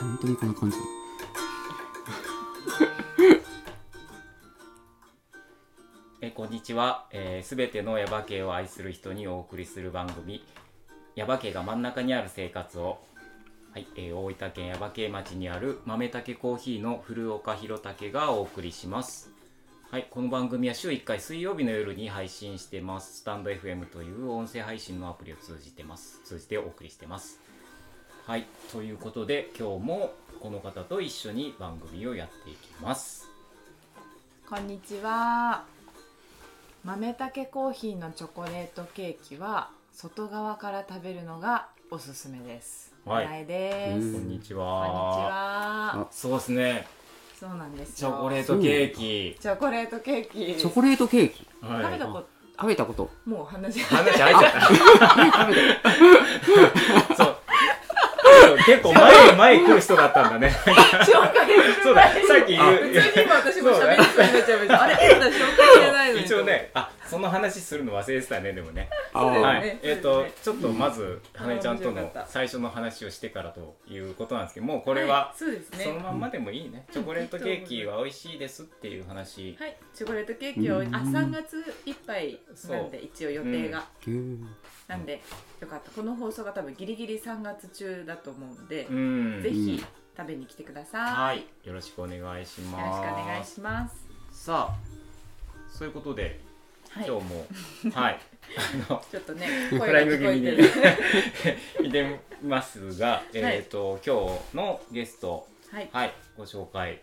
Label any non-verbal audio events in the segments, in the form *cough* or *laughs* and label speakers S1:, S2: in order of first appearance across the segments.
S1: 本当にこの感じ
S2: えーこんにちはすべ、全てのヤバ系を愛する人にお送りする番組ヤバ系が真ん中にある生活を、はいえー大分県ヤバ系町にある豆竹コーヒーの古岡弘武がお送りしますはいこの番組は週1回水曜日の夜に配信してますスタンド FM という音声配信のアプリを通じてます通じてお送りしてますはいということで今日もこの方と一緒に番組をやっていきます
S3: こんにちは豆たけコーヒーのチョコレートケーキは外側から食べるのがおすすめです
S2: はい
S3: 苗です
S1: うん
S2: こん
S3: こん
S2: にち
S3: にち
S2: は
S3: は
S1: あ
S2: そうですね
S3: そうなんです
S2: チ
S3: よ
S2: ョコレートケーキ。
S3: チョコレートケーキ
S1: チョコレートケーキ
S2: は
S3: 食べたこ
S1: 食べたこと
S3: ともう話が
S2: 話あれちゃった。そう。結構前、前来る人だった
S3: *laughs*
S2: んだね。
S3: 紹介する
S2: そうだ、さっき言
S3: 普
S2: う。
S3: 通に今私も喋ってためちゃめちゃあれまだ紹介してないのに
S2: 一応ね、あ、その話するの忘れてたね、でもね。
S1: あ
S3: そうだ
S2: は
S3: よね
S2: い。えっと、ちょっとまず、
S3: うん
S2: 花江ちゃんと
S3: あ面
S2: の
S3: 白かった
S2: 最初の話をしてからということなんですけど、もうこ
S3: こ
S2: れは、
S3: そうですね
S2: そのまんまでもいいね。チョコレートケーキは美味しいですっていう話。
S3: はいチョコレートケーキを
S1: うん
S3: あ3月いっぱいなんで一応予定が
S1: へー
S3: なんでよかったこの放送が多分ギリギリ3月中だと思うんで、
S2: うん
S3: ぜ。
S1: うん
S3: ひ食べに来てくださ、
S2: はいい。よろしくお願いし
S3: よろ
S2: ま
S3: し
S2: す。
S3: くお願いします
S2: さあ、そういうことで、
S3: はい
S2: 今日も、
S3: *laughs*
S2: はい、あの、
S3: ちょっと
S2: *laughs*
S3: ね声
S2: フ
S3: が
S2: ライング
S3: 聞
S2: 気
S3: こえ
S2: 味
S3: て
S2: に
S3: る
S2: *laughs* 見てますが、えっ、と、今日のゲスト、
S3: はい
S2: はい、ご紹介、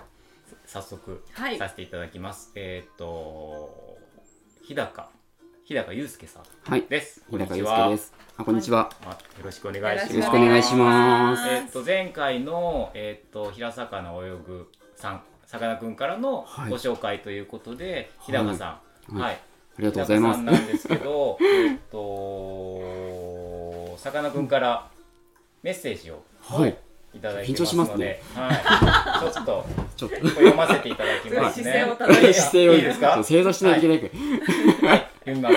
S2: さ早速、
S3: はい
S2: させていただきます。えっ、と、日高、日高祐介さん
S1: はい
S2: です。
S1: 日
S2: こんに
S1: 高
S2: ち
S1: 祐
S2: は。
S1: 介ですあこんにちは
S2: あよろしくお願いします。
S1: よろしくお願いしま
S2: えっ、と、前回の、えっ、と、平魚を泳ぐさん、さかなクンからの
S1: はい
S2: ご紹介ということで、日高さん、
S1: はい
S2: はい
S1: ありがとうございま
S2: 平田さ
S1: す
S2: んなんですけど、えっと、さかなクンからメッセージを
S1: はい
S2: いただいてますので、はい、ちょっと
S1: ちょっと
S2: これ読ませていただきますね。
S3: 姿勢を正して
S1: 姿勢を
S2: いいですか
S1: ちょっと正座しないといけないけど
S2: はい、読みます。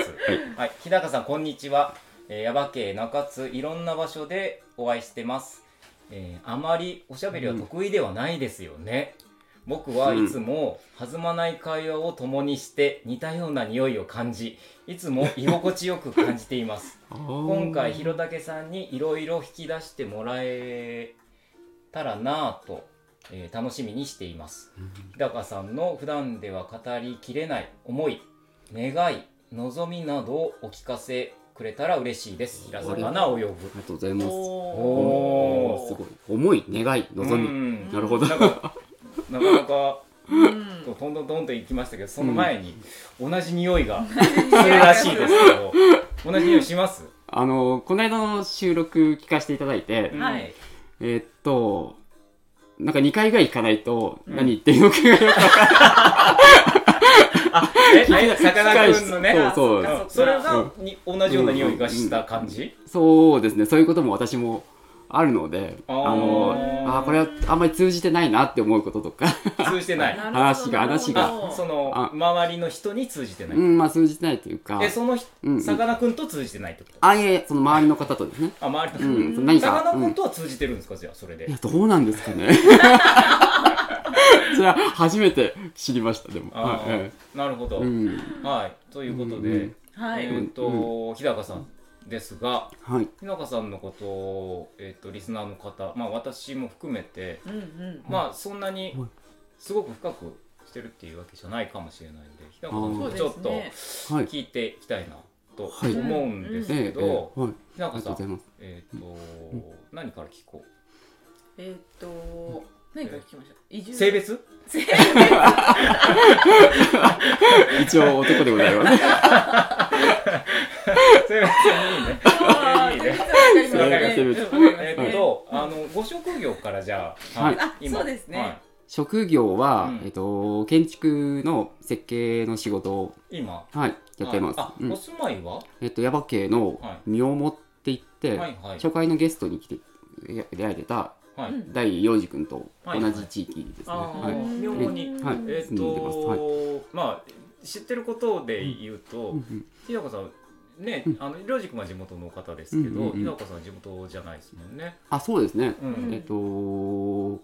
S2: はい、日高さん、こんにちは。えー、矢場家中津、いろんな場所でお会いしてます。えーあまりおしゃべりは得意ではないですよね。僕はいつも弾まない会話を共にして似たような匂いを感じ、いつも居心地よく感じてい *laughs* ます。今
S1: 今
S2: 回、ひろたけさんにいろいろ引き出してもらえたらなぁと、えー楽しみにしています。日高さんの普段では語りきれない思い願い望みなどをお聞かせくれたら嬉しいです平魚を呼ぶ
S1: ありがとうございます
S2: お
S1: す
S2: ー
S1: ごい思い願い望み
S2: み
S1: なるほど
S2: なんかなかなか
S3: うん
S2: どんどんどんと行きましたけどその前に同じ
S1: *laughs*
S2: 匂いがするらしいですけど同じ匂いします
S1: あのこの間の収録聞かせていただいて
S3: はい
S1: えーっとなんか2回ぐらい行かないと
S2: うん
S1: 何言ってるのかがよくわかんない
S2: あ
S1: *laughs*
S2: えさかなクンのね
S1: そう
S3: あ
S1: そう
S2: うんそれがに同じような匂いがした感じ
S1: そうですねそういうことも私もあるのであ
S2: あー
S1: のあーこれはあんまり通じてないなって思うこととか
S2: 通じてない
S3: なるほど
S1: 話が話が
S3: なるほ
S2: あ
S3: ど
S2: その
S1: あ
S2: 周りの人に通じてない
S1: うんまあ通じてないというか
S2: え、そのひ
S1: うんうん
S2: さかなクンと通じてないってこと
S1: あいえいえその周りの方とですね
S2: あ、周り
S1: う
S2: の
S1: んその何
S2: さ
S1: か
S2: かな
S1: う
S2: クン
S1: ん
S2: とは通じてるんですかじゃあ、それで
S1: い。やどうなんですか
S2: *laughs*
S1: ねそれは初めて知りましたでも
S2: あ
S1: はい
S2: ー
S1: え
S2: なるほ
S1: え
S2: ど
S1: う。ん
S2: はい。ということ
S1: う
S2: で
S1: ん、
S3: は
S2: え
S3: い、
S2: ーっと、日高さんですが、
S1: はい
S2: 日高さんのことを、えーっと、リスナーの方、まあ私も含めて、
S3: うんうん
S2: まあそんなに
S1: うん
S2: すごく深くしてるっていうわけじゃないかもしれないんで、日高
S1: あー
S2: さ
S3: そ
S2: ん
S3: う
S2: に
S3: で
S2: ちょっ
S3: す
S2: と
S3: ね
S1: はい
S2: 聞いていきたいなと
S1: はい
S2: 思うんです
S1: ええ
S2: け
S1: ええ
S2: ど、
S1: はい
S2: 日高
S1: ありがと
S2: さ
S1: うござい
S2: ん、
S1: ます
S2: えーっと、何から聞こう
S3: えーっと何から聞きましょう移住
S2: 性別
S3: 性別
S1: 一応男でございます
S2: *laughs* 性別にね。
S3: *laughs* あー
S2: いい
S3: 性
S2: ね
S3: 別わかります
S2: それが
S3: ね
S1: 性別
S3: うんわかります
S2: えっと、あの、ご職業からじゃあ、
S1: はい
S3: あ
S2: 今
S3: そうですね
S2: はい
S1: 職業は
S2: うん
S1: えっと建築の設計の仕事を
S2: 今。
S1: はいやってます
S2: あ、
S1: うん
S2: お住まいは。は
S1: えっと、耶馬渓の
S2: はい
S1: 妙もって言って、
S2: いはい。
S1: 初回のゲストに来てえ出会えてた
S2: は
S3: う
S2: い。
S3: ん
S1: 第洋二君と
S2: はいは
S1: 同
S2: い
S1: じ地域ですね。
S2: あ
S1: は
S2: ー
S1: い
S2: 妙に
S1: はい
S2: えっ
S1: 住んでます
S2: と、まあ、知ってることで言うと
S1: うん、うん
S2: ひやこさん。ね、あのロジ君は地元の方ですけど、
S1: うんうんうん
S2: 日高さんは地元じゃないですもんね。
S1: あそうですね、
S2: うん
S3: うん
S1: えっと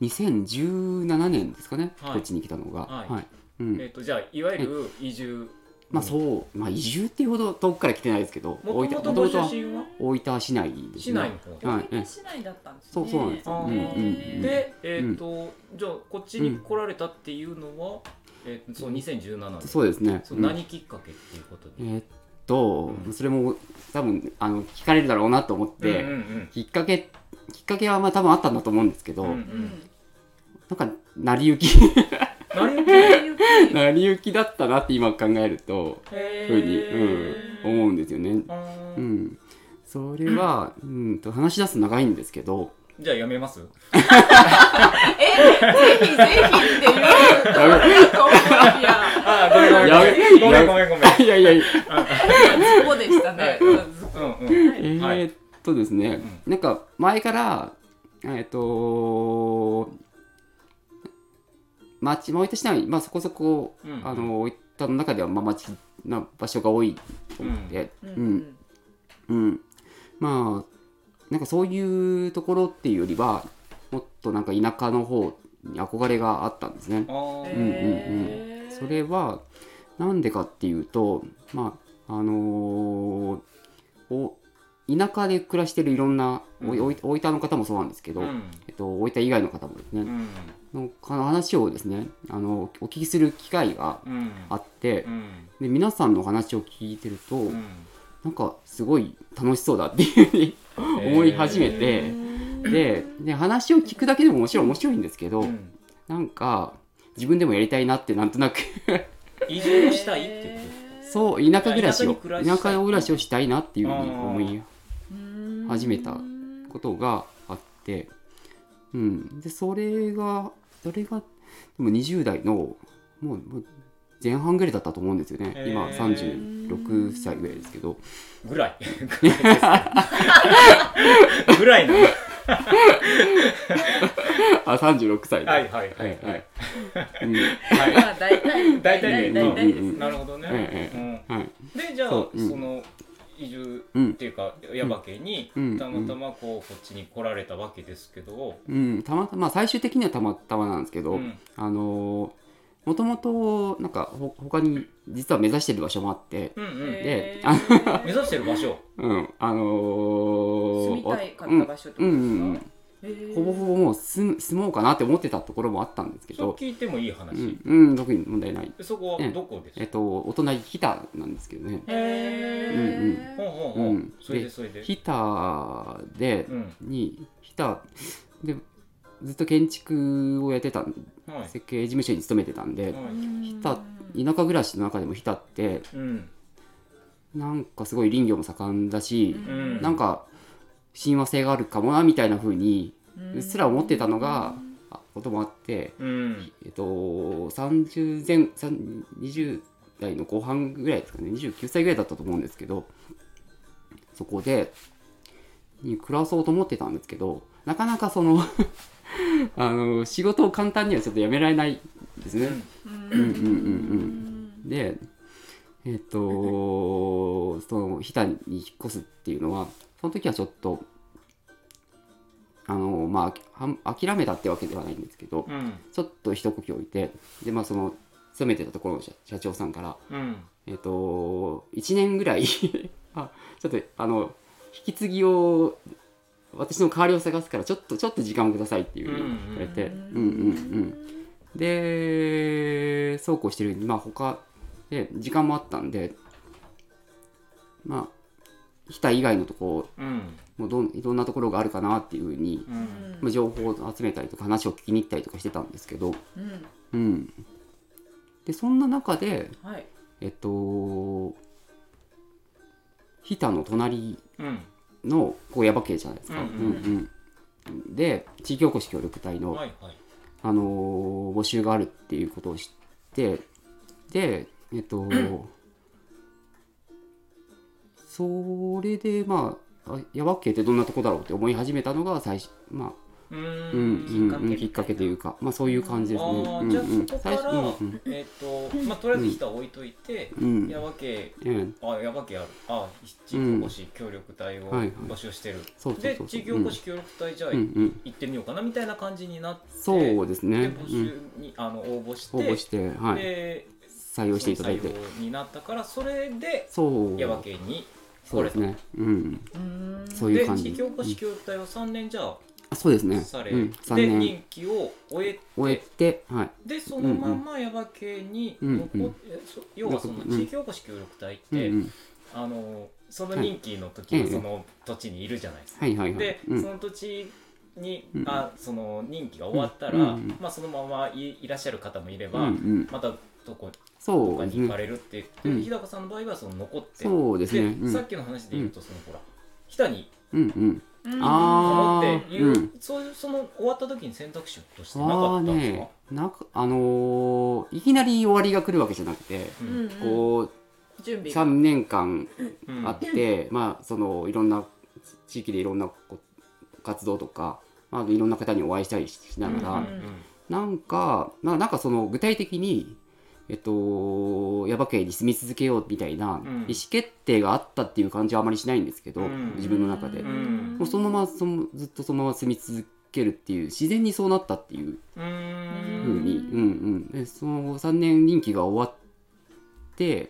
S1: 2017年ですかね、
S2: はい
S1: こっちに来たのが、
S2: はい
S1: うん
S2: えっとじゃあいわゆる移住。
S1: まあそう、まあ、移住っていうほど遠くから来てないですけど
S2: もともと
S1: 大
S2: ご
S1: 分
S2: 出
S1: は
S2: 身は
S1: 大分市内ですね
S2: 市内の方。
S1: はい
S4: 大分市内だったんですね。
S1: そうそうなんです
S2: あ
S1: よ、
S2: ー
S1: うんうんうん、
S2: で、えっ、と、じゃあこっちに来られたっていうのは、えっとそう2017年。
S1: そうですね、
S2: そう
S1: うん
S2: 何きっかけっていうこと
S1: え
S2: で。
S1: ーっと、
S2: うん
S1: それも多分あの聞かれるだろうなと思って、
S2: うんうん
S1: きっかけきっかけはまあ多分あったんだと思うんですけど、
S2: うん。うんう。
S4: うんん。
S1: なんか成り行き *laughs*
S2: 何き
S1: 成り行きだったなって今考えると
S2: え
S1: ふうに、うん、思うんですよね。
S2: あ
S1: う
S2: ー
S1: ん、それは、うん、と話し出すと長いんですけど
S2: じゃあやめます。
S3: え、ぜひぜひって言うと思いや、
S2: あーごめんごめん
S1: やめ
S2: ごめんごめんごめん。
S1: あ *laughs* いやいやいや、
S3: そこでしたね。
S2: うんうん。
S1: えーっとですね、なんか前からえーっと町大分市内、まあ、そこそこ
S2: うん
S1: あの大分の中ではまあ町な場所が多いと思って、
S3: う
S1: うん。うん、まあなんかそういうところっていうよりはもっとなんか田舎の方に憧れがあったんですね
S2: あ。ー
S1: うんうんそれはなんでかっていうとまああのーお田舎で暮らしてるいろんな、おい
S2: うん
S1: おい大分の方もそうなんですけど、
S2: うん
S1: えっと、大分以外の方もです
S2: う
S1: ね、
S2: ん
S1: のか話をですねあのお聞きする機会が
S2: うん
S1: あって、
S2: うん
S1: で皆さんの話を聞いてると、
S2: うん
S1: なんかすごい楽しそうだっていうふうに *laughs* 思い始め
S2: え
S1: て、でで話を聞くだけでももちろん面白いんですけど、
S2: ーうん
S1: なんか自分でもやりたいなってなんとなく *laughs*
S2: 移住したいってこ
S1: そう田舎暮らしを
S2: 田舎
S1: 田
S2: に暮らしたい
S1: 舎暮らしをしたいなっていうふうに思い
S3: うん
S1: 始めたことがあって、うん、でそれがそれがでも20代のもうもう前半ぐらいだったと思うんですよね、今
S2: へー
S1: 36歳ぐらいですけ
S2: *laughs*
S1: ど
S2: とぐらいぐらいなのは
S1: あ36歳
S2: い
S1: で
S2: はいはいは
S1: はいい
S2: は
S1: はいいうん
S4: まあ大体
S2: 大体ね
S4: 大体です
S1: うんうんうん
S4: ね。
S2: なるほどね
S1: え
S2: うん
S1: はい
S2: でじゃあ
S1: そ
S2: そう
S1: うん
S2: の移住
S1: うん
S2: っていうか矢場家に
S1: うん
S2: たまたまこうこっちに来られたわけですけど
S1: うん、たまたま最終的にはたまたまなんですけど、
S2: うん
S1: あのもともとなんかほ他に実は目指してる場所もあって、
S2: うんうん
S1: で
S4: へ
S1: あ
S4: ー
S2: 目指してる場所
S1: うん、あのー
S4: 住みたいかった場所って
S1: うんう
S4: ことで
S1: んうん
S4: すか。へー
S1: ほぼほぼもう住住もうかなって思ってたところもあったんですけ
S2: そう
S1: ど、
S2: 聞いてもいいう話
S1: ん、うん、特に問題ない。
S2: でそこはどこです
S1: えっと、お隣、ヒタなんですけどね。
S4: へ
S2: ほう
S4: ー
S2: ほうほ
S1: う
S2: うんそれで
S1: で
S2: それで
S1: ヒタで
S2: う、ん
S1: に、ヒタで、ずっと建築をやってたん、
S2: はい
S1: 設計事務所に勤めてたんで、
S2: は
S1: ヒタ、田舎暮らしの中でもヒタって、
S2: いうん
S1: なんかすごい林業も盛んだし、
S2: うん
S1: なんか、親和性があるかもな、みたいな風に、うっすら思ってたのが、あこともあって、
S2: うん
S1: えっと、30前、三20代の後半ぐらいですかね、29歳ぐらいだったと思うんですけど、そこで、に暮らそうと思ってたんですけど、なかなかその、 *laughs* あの、仕事を簡単にはちょっとやめられないんですね。
S3: うん
S1: うんうんうんうん。で、えっと、その、日田に引っ越すっていうのは、その時はちょっと、あの、まあはん、諦めたってわけではないんですけど、
S2: うん
S1: ちょっと一呼吸置いて、で、まあ、その、勤めてたところの社社長さんから、
S2: うん
S1: えっ、と、1年ぐらい *laughs* あ、ちょっと、あの、引き継ぎを、私の代わりを探すから、ちょっと、ちょっと時間をくださいっていうふうに言われて、うんうんうん。で、そうこうしてるうちに、まあ、他で、時間もあったんで、まあ、日田以外のとこ、
S2: うん
S1: もうどん、いろんなところがあるかなっていうふうに、
S2: うん
S1: まあ、情報を集めたりとか、話を聞きに行ったりとかしてたんですけど、
S3: うん
S1: うん、でそんな中で
S3: はい。
S1: えっと日田の隣
S2: うん
S1: のこう耶馬渓じゃないですか、
S2: うん
S1: うんうんで地域おこし協力隊の、
S2: はいはい
S1: あのー募集があるっていうことを知ってでえっ
S2: *coughs*
S1: とそれでまああ耶馬渓ってどんなとこだろうって思い始めたのが最初まあ
S2: う
S1: うん
S2: ん
S1: うんうん、きっかけという
S2: か
S1: か、まあ、そういう感じですね。
S2: あ
S1: う
S2: あ
S1: ん
S2: じゃあ
S1: うん
S2: そこから、
S1: 最初うん
S2: えっ、とまあとりあえず人は置いといて、
S1: うん
S2: ヤバ系
S1: うん
S2: あヤバ系あるあ地域おこし協力隊を
S1: はいはい
S2: 募集してる、
S1: そうそうそう
S2: で
S1: そう
S2: 地域おこし協力隊じゃあ
S1: うんうん、
S2: 行ってみようかなみたいな感じになって
S1: そうですね
S2: で募集に、あの応募して
S1: 応募して、はい、
S2: で
S1: 採用していただいて
S2: その。採用になったからそれで
S1: そう
S2: ヤバ系に
S1: そうですね。うん、
S3: うん
S1: そうい
S2: で
S1: う感
S2: 地
S1: じ。
S2: 域おこ
S1: う
S2: し
S1: ん
S2: 協力隊を3年じゃあ
S1: あそうですね。
S2: され、
S1: うん、
S2: で
S1: 3年
S2: 任期を終えて
S1: 終えて、はい、
S2: でそのまんま耶馬渓に
S1: うんうん
S2: 残っ、えそ要はその地域おこし協力隊っ
S1: うん
S2: て、
S1: うん、
S2: あのその任期の時は
S1: はい
S2: その土地にいるじゃないですか。
S1: はいはいはい。
S2: で、
S1: うん
S2: その土地に、
S1: うん
S2: あその任期が終わったら、
S1: うんうん
S2: まあ、そのままいいらっしゃる方もいれ
S1: う
S2: ば、
S1: んうん、
S2: またどこ
S1: そ
S2: ど
S1: う
S2: か
S1: です
S2: に行か
S1: ね。
S2: れるってで
S1: うん
S2: 日高さんの場合はその残って
S1: そうですねうん
S2: さっきの話で言うとその、ほら日田に
S1: うんうん。
S4: うん
S1: あー
S2: 行こうっていう、
S1: うん
S2: そういうその終わった時に選択肢としてな
S1: あ
S2: か
S1: あ
S2: ったんですか、
S1: ね、なんかあのーいきなり終わりが来るわけじゃなくて、
S2: う
S4: うんん
S1: こ
S4: 準
S1: う
S4: 備
S1: 3年間
S2: うん
S1: あって、まあそのいろんな地域でいろんなこ活動とか、まあいろんな方にお会いしたりししながら、
S2: うん
S4: ん
S1: なんかななんかその具体的に。えっと、耶馬渓に住み続けようみたいな
S2: うん
S1: 意思決定があったっていう感じはあまりしないんですけど、
S2: うん
S1: 自分の中で、
S2: ん
S1: もうそのままそのずっとそのまま住み続けるっていう自然にそうなったっていう
S2: うんうん
S1: ふうに、うんうん、でその3年任期が終わって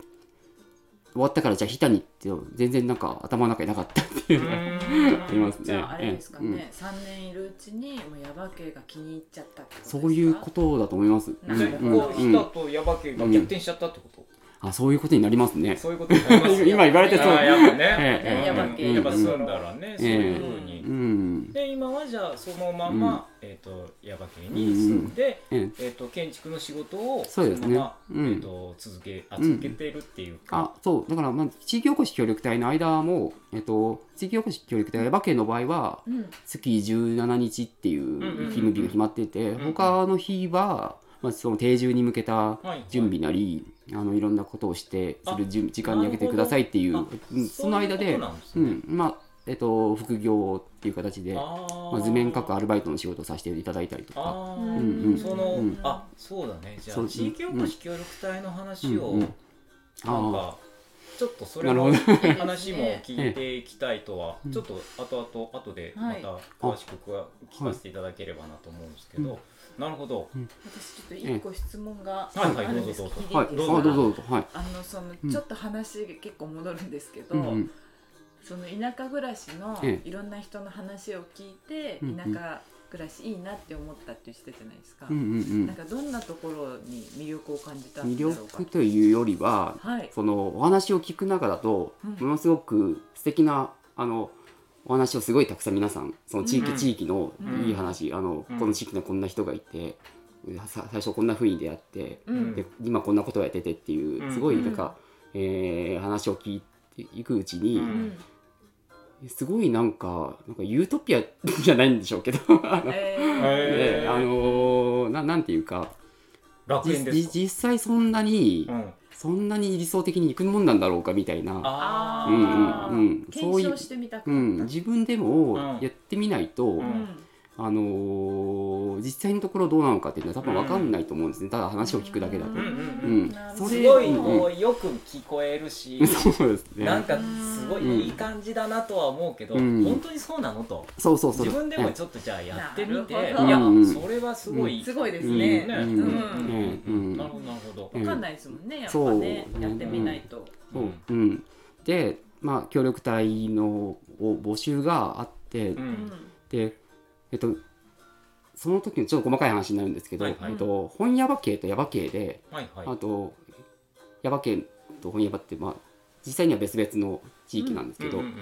S1: 終わったからじゃあ日谷って全然なんか頭の中になかったっていうのがありますね。
S4: じゃああれですか
S1: うん
S4: ね、三年いるうちにもうヤバ系が気に入っちゃったってことですか
S1: そういうことだと思います。
S4: な
S2: で
S4: る
S2: こ
S4: ほ
S1: うん
S2: こ
S1: う
S2: 日
S1: んう
S2: 田
S1: ん、
S2: と耶馬渓が逆転しちゃったってこと、
S1: あそういうことになりますね。
S2: そういうことになりますよ
S1: *laughs* 今言われてそう
S2: あーやっぱね、
S1: え
S4: え
S2: うん
S4: 耶馬渓
S2: やっぱ住んだらね、
S1: ええ
S2: そういうふうに、
S1: うん。
S2: で今はじゃあそのまま、えっ、と耶馬渓に住んで、
S1: ええ
S2: えっ、と建築の仕事を
S1: そうですね
S2: のまま、
S1: うん
S2: えっ、と続けあ
S1: うん
S2: 続けてるっていうか、
S1: あそうだから、まあ、地域おこし協力隊の間も、えっと、地域おこし協力隊は馬県の場合は
S4: うん
S1: 月17日っていう勤務日が決まってて、
S2: んうん
S1: 他の日は、まあ、その定住に向けた
S2: はい
S1: 準備なり、い、あのいろんなことをしてする準備時間に空けてくださいっていう
S2: なるほど
S1: うん
S2: あ
S1: その間
S2: そうい
S1: で
S2: うことなんです
S1: う
S2: ね
S1: んまあえっと副業っていう形でまあ、図面描くアルバイトの仕事をさせていただいたりとか
S2: あー
S4: うん
S1: うんうん
S2: その、
S1: うん
S2: あそうだねじゃ
S1: そ
S2: あ
S1: う
S2: 地域おこし協力隊の話を、
S1: うんうん
S2: なん
S1: あ
S2: かちょっとそれの
S1: なる
S2: 話も聞いていきたいとは、
S1: ええ
S2: ちょっと後々後でま
S4: はい
S2: た詳しくくわ聞かせていただければなと思うんですけど、
S1: は
S2: なるほど、
S4: 私ちょっと一個質問が
S2: ええ
S4: あ
S2: はいはい
S4: るんです
S2: どうぞ
S4: 聞いて
S1: はい
S4: い
S1: あど
S4: いで
S1: う
S4: す
S1: ぞ
S4: か
S1: どうぞはい
S4: あのその
S1: うん
S4: ちょっと話結構戻るんですけど、
S1: うんうん
S4: その田舎暮らしの
S1: え
S4: いろんな人の話を聞いて、
S1: うんうん
S4: 田舎暮らしいいなって思ったってしてたじゃないですか、
S1: うんうんうん
S4: なんかどんなところに魅力を感じたん
S1: 魅
S4: だろうか
S1: 力というよりは
S4: はい
S1: そのお話を聞く中だと、
S4: うん
S1: ものすごく素敵なあのお話をすごいたくさん皆さんその地域、
S2: うん
S1: 地域の
S4: うん
S1: いい話、あの
S2: うん
S1: この地域にはこんな人がいてさ最初こんな風に出会って、
S4: うん
S2: うん
S1: で今こんなことをやっててっていううんすごいなんか、えー話を聞いていくうちに、
S2: うん
S1: すごいなんかなんかユートピア *laughs* じゃないんでしょうけど、あの
S4: え
S2: え
S4: ー
S1: ねあのーななんていうか
S2: 楽園
S1: 実
S2: ですか
S1: 実際そんなに、
S2: うん、
S1: そんなに理想的にいくもんなんだろうかみたいな。
S2: あー
S4: あー
S1: うんうんうんそう
S4: 検
S1: いう
S4: 証してみたく
S1: う
S4: なった、
S1: ん、自分でも
S2: うん
S1: やってみないと、
S2: ん
S1: あのー実際のところどうなのかっていうのは多分わかんないと思うんですね、ただ話を聞くだけだと。
S2: うんうん
S1: う
S2: うんん
S4: なる
S1: そ
S4: ほど
S1: れ
S2: すごい
S1: うん
S2: こうよく聞こえるし、
S1: そうです
S2: *laughs* なん
S1: ね。
S2: かすごいいい感じだなとは思うけど、
S1: うん
S2: 本当にそうなのと
S1: そうそうそう。
S2: 自分でも
S1: ね
S2: ちょっとじゃあやってみてい
S4: なる
S2: や
S4: ほど
S1: うん
S2: それはすごい
S4: すごいです
S1: うん
S4: ね、
S2: ね
S1: うん
S4: うん
S1: ねうん
S2: なるほどなるほど
S1: う
S4: わ
S1: ん
S4: かんないですもんねやっぱね
S1: そう
S4: やってみないと、
S1: そううん、で、まあ、協力隊のを募集があって、
S2: う
S4: うんん
S1: で、えっと、その時のちょっと細かい話になるんですけど、
S2: はいはい
S1: えっと、本耶馬渓と耶馬渓で、
S2: はいはい
S1: あと耶馬渓と本耶馬って、まあ、実際には別々の地域なんですけど、
S2: うんうん